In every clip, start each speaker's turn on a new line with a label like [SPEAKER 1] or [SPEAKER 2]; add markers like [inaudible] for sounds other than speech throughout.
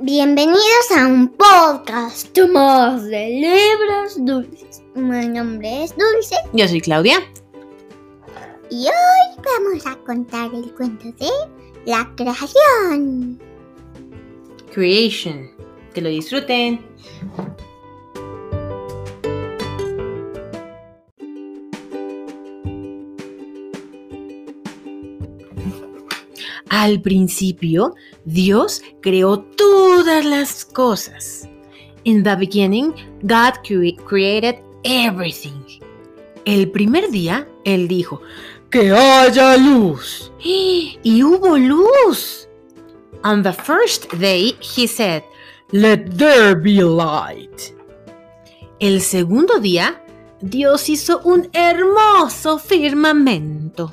[SPEAKER 1] Bienvenidos a un podcast más de libros dulces. Mi nombre es Dulce
[SPEAKER 2] Yo soy Claudia.
[SPEAKER 1] y hoy vamos a contar el cuento de la creación.
[SPEAKER 2] Creation. Que lo disfruten. Al principio, Dios creó todas las cosas. In the beginning, God cre- created everything. El primer día, Él dijo, que haya luz. [gasps] Y hubo luz. On the first day, he said, Let there be light. El segundo día, Dios hizo un hermoso firmamento.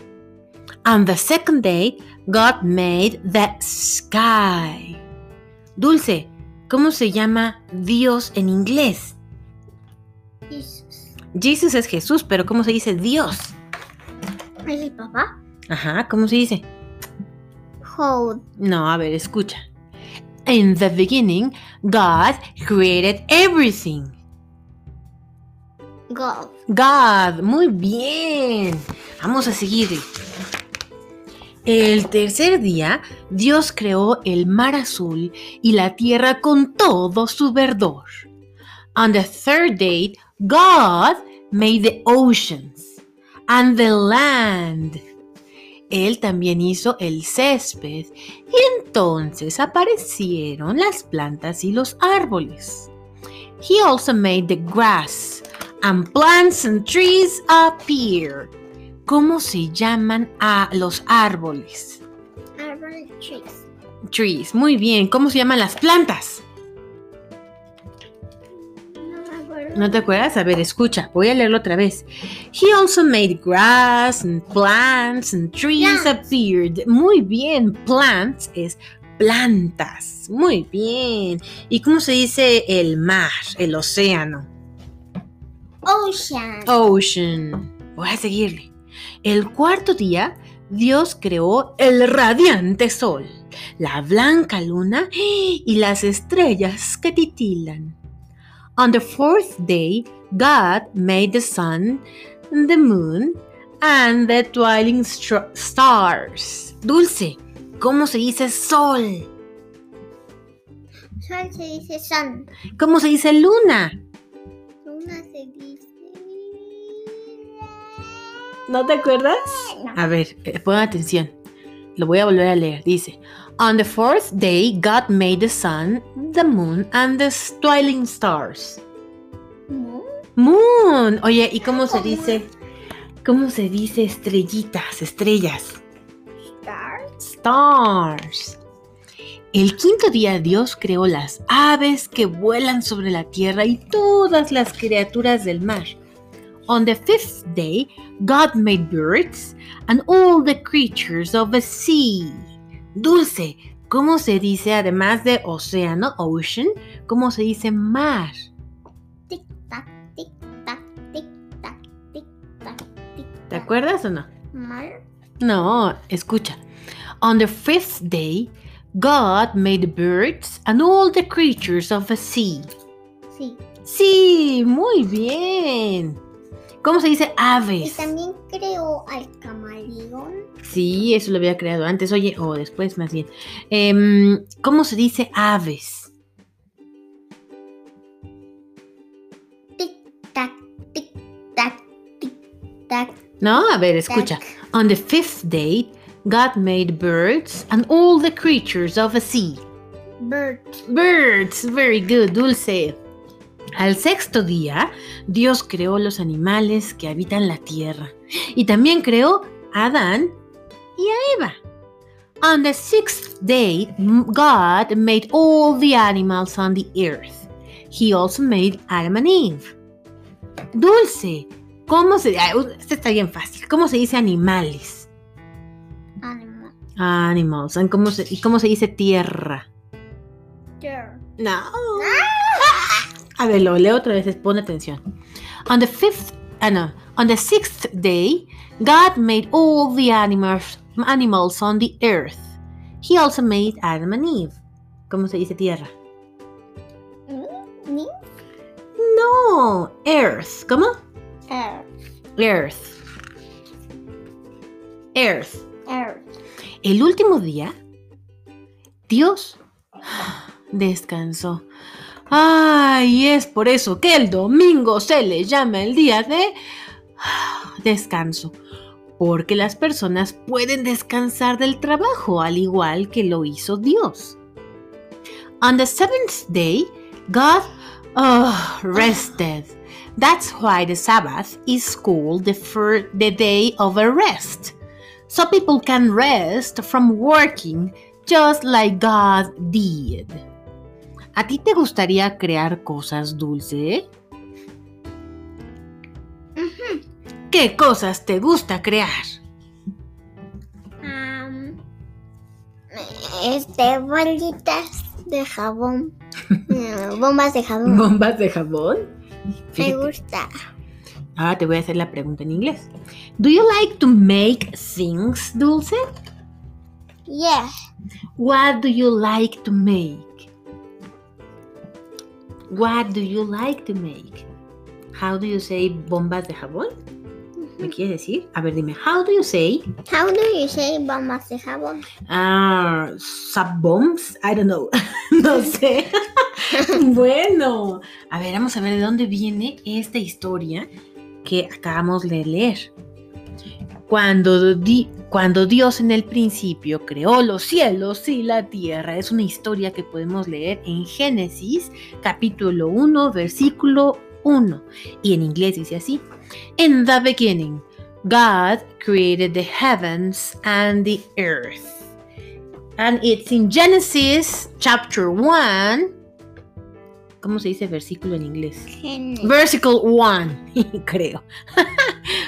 [SPEAKER 2] On the second day, God made the sky. Dulce, ¿cómo se llama Dios en inglés?
[SPEAKER 1] Jesús.
[SPEAKER 2] Jesus es Jesús, pero ¿cómo se dice Dios?
[SPEAKER 1] ¿Es el papá?
[SPEAKER 2] Ajá, ¿cómo se dice?
[SPEAKER 1] Hold.
[SPEAKER 2] No, a ver, escucha. In the beginning, God created everything.
[SPEAKER 1] God.
[SPEAKER 2] God, muy bien. Vamos a seguirle. El tercer día, Dios creó el mar azul y la tierra con todo su verdor. On the third day, God made the oceans and the land. Él también hizo el césped y entonces aparecieron las plantas y los árboles. He also made the grass and plants and trees appear. ¿Cómo se llaman a los árboles?
[SPEAKER 1] Arbor trees.
[SPEAKER 2] Trees. Muy bien. ¿Cómo se llaman las plantas?
[SPEAKER 1] No me acuerdo.
[SPEAKER 2] ¿No te acuerdas? A ver, escucha. Voy a leerlo otra vez. He also made grass and plants and trees
[SPEAKER 1] Plants.
[SPEAKER 2] appeared. Muy bien. Plants es plantas. Muy bien. ¿Y cómo se dice el mar, el océano?
[SPEAKER 1] Ocean.
[SPEAKER 2] Ocean. Voy a seguirle. El cuarto día, Dios creó el radiante sol, la blanca luna y las estrellas que titilan. On the fourth day, God made the sun, the moon, and the twinkling str- stars. Dulce, ¿cómo se dice sol?
[SPEAKER 1] Sol se dice sun.
[SPEAKER 2] ¿Cómo se dice luna?
[SPEAKER 1] Luna se dice...
[SPEAKER 2] ¿No te acuerdas?
[SPEAKER 1] No.
[SPEAKER 2] A ver, eh, pon atención. Lo voy a volver a leer. Dice: On the fourth day, God made the sun, the moon, and the twinkling stars.
[SPEAKER 1] Moon.
[SPEAKER 2] Moon. Oye, ¿y cómo se dice? ¿Cómo se dice estrellitas, estrellas?
[SPEAKER 1] Star.
[SPEAKER 2] Stars. El quinto día Dios creó las aves que vuelan sobre la tierra y todas las criaturas del mar. On the fifth day, God made birds and all the creatures of the sea. Dulce, ¿cómo se dice además de océano, ocean? ¿Cómo se dice mar?
[SPEAKER 1] Tic tac, tic tac, tic tac, tic tac, tic tac.
[SPEAKER 2] ¿Te acuerdas o no?
[SPEAKER 1] Mar.
[SPEAKER 2] No, escucha. On the fifth day, God made birds and all the creatures of the sea.
[SPEAKER 1] Sí.
[SPEAKER 2] Sí, muy bien. ¿Cómo se dice
[SPEAKER 1] Y
[SPEAKER 2] aves?
[SPEAKER 1] también creó al camaleón.
[SPEAKER 2] Sí, eso lo había creado antes, oye, o después más bien. Em, ¿Cómo se dice aves?
[SPEAKER 1] Tic tac, tic tac, tic tac.
[SPEAKER 2] No, a ver, escucha.
[SPEAKER 1] tac.
[SPEAKER 2] On the fifth day, God made birds and all the creatures of the sea.
[SPEAKER 1] Bird.
[SPEAKER 2] Birds, very good, dulce. Al sexto día, Dios creó los animales que habitan la tierra y también creó a Adán y a Eva. On the sixth day, m- God made all the animals on the earth. He also made Adam and Eve. Dulce, ¿cómo se ay, uh, Este está bien fácil. ¿Cómo se dice animales?
[SPEAKER 1] Animal.
[SPEAKER 2] Animals. ¿Y cómo se, y cómo se dice tierra?
[SPEAKER 1] Girl.
[SPEAKER 2] No.
[SPEAKER 1] Ah,
[SPEAKER 2] A ver, lo leo otra vez, pon atención. On the fifth, ah no, on the sixth day, God made all the animals, animals on the earth. He also made Adam and Eve. ¿Cómo se dice tierra? No, Earth. ¿Cómo?
[SPEAKER 1] Earth,
[SPEAKER 2] Earth. Earth.
[SPEAKER 1] earth.
[SPEAKER 2] El último día, Dios descansó. Ay, es por eso que el domingo se le llama el día de descanso, porque las personas pueden descansar del trabajo al igual que lo hizo Dios. On the seventh day, God ah, rested. That's why the Sabbath is called the, fir- the day of a rest so people can rest from working just like God did. ¿A ti te gustaría crear cosas dulce? ¿Qué cosas te gusta crear?
[SPEAKER 1] Am, este, bolitas de
[SPEAKER 2] [laughs]
[SPEAKER 1] jabón. Mm, Bombas de jabón.
[SPEAKER 2] ¿Bombas de jabón?
[SPEAKER 1] Me
[SPEAKER 2] Fíjate,
[SPEAKER 1] gusta.
[SPEAKER 2] ahora te voy a hacer la pregunta en inglés. Do you like to make things, Dulce?
[SPEAKER 1] Yeah.
[SPEAKER 2] What do you like to make? What do you like to make? How do you say bombas de jabón? ¿Me quieres decir? A ver, dime, how do you say
[SPEAKER 1] How do you say bombas de jabón?
[SPEAKER 2] ah, sub bombs? I don't know. [laughs] no sé. bueno, a ver, vamos a ver de dónde viene esta historia que acabamos de leer. Cuando, di- cuando Dios en el principio creó los cielos y la tierra, es una historia que podemos leer en Génesis capítulo 1, versículo 1. Y en inglés dice así, In the beginning, God created the heavens and the earth. And it's in Genesis chapter 1. ¿Cómo se dice versículo en inglés?
[SPEAKER 1] Genial.
[SPEAKER 2] Versículo [laughs] 1, creo.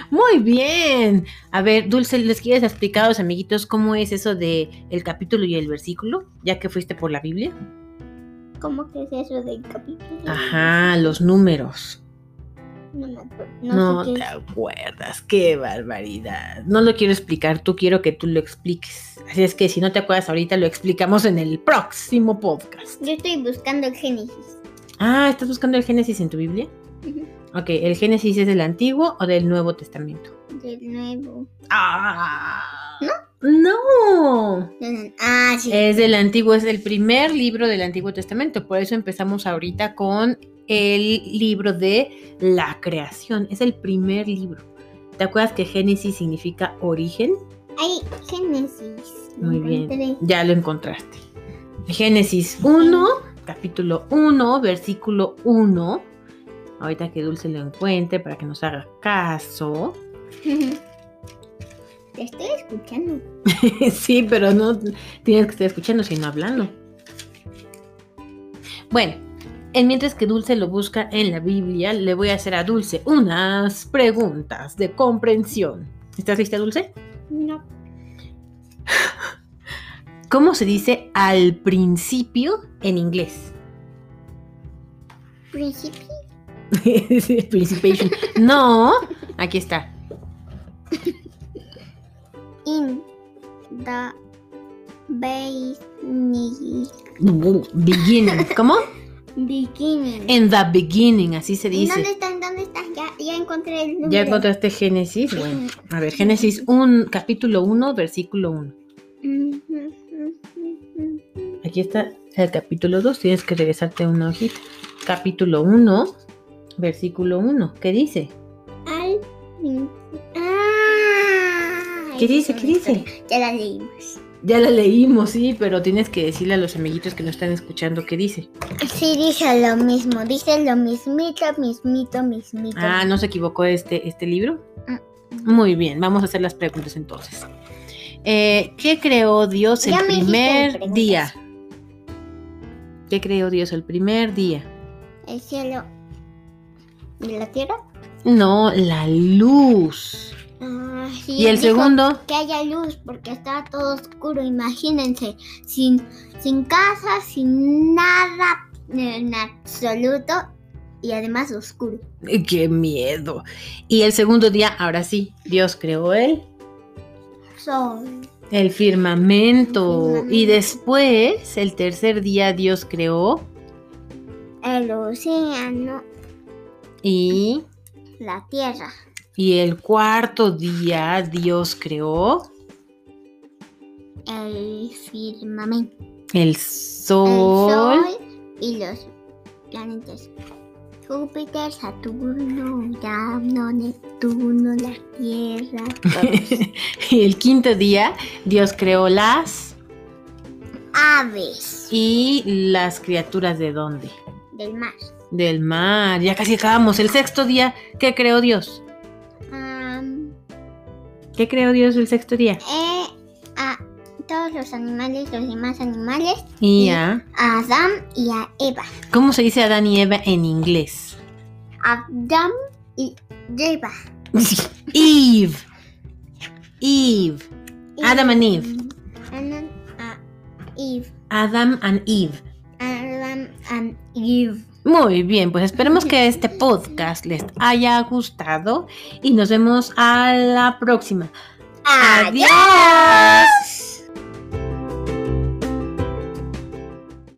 [SPEAKER 2] Muy bien. A ver, Dulce, ¿les quieres explicar a los amiguitos cómo es eso de el capítulo y el versículo? Ya que fuiste por la Biblia.
[SPEAKER 1] ¿Cómo que es eso del capítulo?
[SPEAKER 2] Ajá, los números.
[SPEAKER 1] No me acuerdo.
[SPEAKER 2] No,
[SPEAKER 1] No, sé qué
[SPEAKER 2] te
[SPEAKER 1] es.
[SPEAKER 2] acuerdas. Qué barbaridad. No lo quiero explicar tú, quiero que tú lo expliques. Así es que si no te acuerdas ahorita, lo explicamos en el próximo podcast.
[SPEAKER 1] Yo estoy buscando el Génesis.
[SPEAKER 2] Ah, ¿estás buscando el Génesis en tu Biblia?
[SPEAKER 1] Ujú.
[SPEAKER 2] Ok, ¿el Génesis es del Antiguo o del Nuevo Testamento?
[SPEAKER 1] Del nuevo.
[SPEAKER 2] Ah, no. No.
[SPEAKER 1] No, no, Ah, sí.
[SPEAKER 2] Es del Antiguo, es el primer libro del Antiguo Testamento. Por eso empezamos ahorita con el libro de la creación. Es el primer libro. ¿Te acuerdas que Génesis significa origen?
[SPEAKER 1] Hay Génesis. Lo
[SPEAKER 2] Muy bien.
[SPEAKER 1] encontré.
[SPEAKER 2] Ya lo encontraste. Génesis 1, capítulo 1, versículo 1. Ahorita que Dulce lo encuentre para que nos haga caso.
[SPEAKER 1] [laughs] Te estoy escuchando.
[SPEAKER 2] [laughs] Sí, pero no tienes que estar escuchando, sino hablando. Bueno, en mientras que Dulce lo busca en la Biblia, le voy a hacer a Dulce unas preguntas de comprensión. ¿Estás lista, Dulce?
[SPEAKER 1] No.
[SPEAKER 2] ¿Cómo se dice al principio en inglés? [laughs]
[SPEAKER 1] Principio.
[SPEAKER 2] Sí, Principation. No, aquí está.
[SPEAKER 1] In the beginning.
[SPEAKER 2] Beginning. ¿Cómo?
[SPEAKER 1] Beginning.
[SPEAKER 2] En the beginning, así se
[SPEAKER 1] ¿Dónde
[SPEAKER 2] Eh, dice.
[SPEAKER 1] están? ¿Dónde están? Ya, ya encontré el número.
[SPEAKER 2] ¿Ya encontraste Génesis? Bueno, a ver, Génesis 1, capítulo 1, versículo 1. Aquí está el capítulo 2, tienes que regresarte una hojita. Capítulo 1, versículo 1, ¿qué dice?
[SPEAKER 1] Al prin- Ah,
[SPEAKER 2] ¿Qué
[SPEAKER 1] esa
[SPEAKER 2] dice?
[SPEAKER 1] es
[SPEAKER 2] ¿Qué
[SPEAKER 1] una
[SPEAKER 2] dice?
[SPEAKER 1] historia. Ya la leímos.
[SPEAKER 2] Ya la leímos, sí, pero tienes que decirle a los amiguitos que no están escuchando qué dice.
[SPEAKER 1] Sí, dice lo mismo. Dice lo mismito, mismito, mismito.
[SPEAKER 2] Ah, ¿no se equivocó este, este libro?
[SPEAKER 1] Mm.
[SPEAKER 2] Muy bien, vamos a hacer las preguntas entonces. Eh, ¿Qué creó Dios el
[SPEAKER 1] Ya me hiciste
[SPEAKER 2] primer
[SPEAKER 1] preguntas.
[SPEAKER 2] día? ¿Qué creó Dios el primer día?
[SPEAKER 1] El cielo. ¿Y la tierra?
[SPEAKER 2] No, la luz.
[SPEAKER 1] Ah, sí,
[SPEAKER 2] ¿Y el
[SPEAKER 1] dijo
[SPEAKER 2] segundo?
[SPEAKER 1] Que haya luz porque está todo oscuro, imagínense. Sin, sin casa, sin nada en absoluto y además oscuro.
[SPEAKER 2] [laughs] ¡Qué miedo! Y el segundo día, ahora sí, Dios creó él,
[SPEAKER 1] Sol.
[SPEAKER 2] el firmamento.
[SPEAKER 1] El firmamento.
[SPEAKER 2] Y después, el tercer día, Dios creó
[SPEAKER 1] El océano.
[SPEAKER 2] Y,
[SPEAKER 1] la tierra,
[SPEAKER 2] y el cuarto día Dios creó
[SPEAKER 1] el firmamento,
[SPEAKER 2] el sol.
[SPEAKER 1] el sol y los planetas. Júpiter, Saturno, Urano, Neptuno, la
[SPEAKER 2] [laughs]
[SPEAKER 1] Tierra, todos.
[SPEAKER 2] Y el quinto día Dios creó las
[SPEAKER 1] aves
[SPEAKER 2] y las criaturas de dónde?
[SPEAKER 1] del mar.
[SPEAKER 2] Del mar. Ya casi acabamos. El sexto día, ¿qué creó Dios?
[SPEAKER 1] Am,
[SPEAKER 2] ¿Qué creó Dios el sexto día?
[SPEAKER 1] eh, a todos los animales, los demás animales,
[SPEAKER 2] Y a...
[SPEAKER 1] a Adam y a Eva.
[SPEAKER 2] ¿Cómo se dice Adán y Eva en inglés?
[SPEAKER 1] Adam y Eva.
[SPEAKER 2] Eve. Eve. Adam and Eve.
[SPEAKER 1] Adam a Eve.
[SPEAKER 2] Adam and Eve.
[SPEAKER 1] Adam and Eve.
[SPEAKER 2] Muy bien, pues esperemos que este podcast les haya gustado y nos vemos a la próxima. ¡Adiós!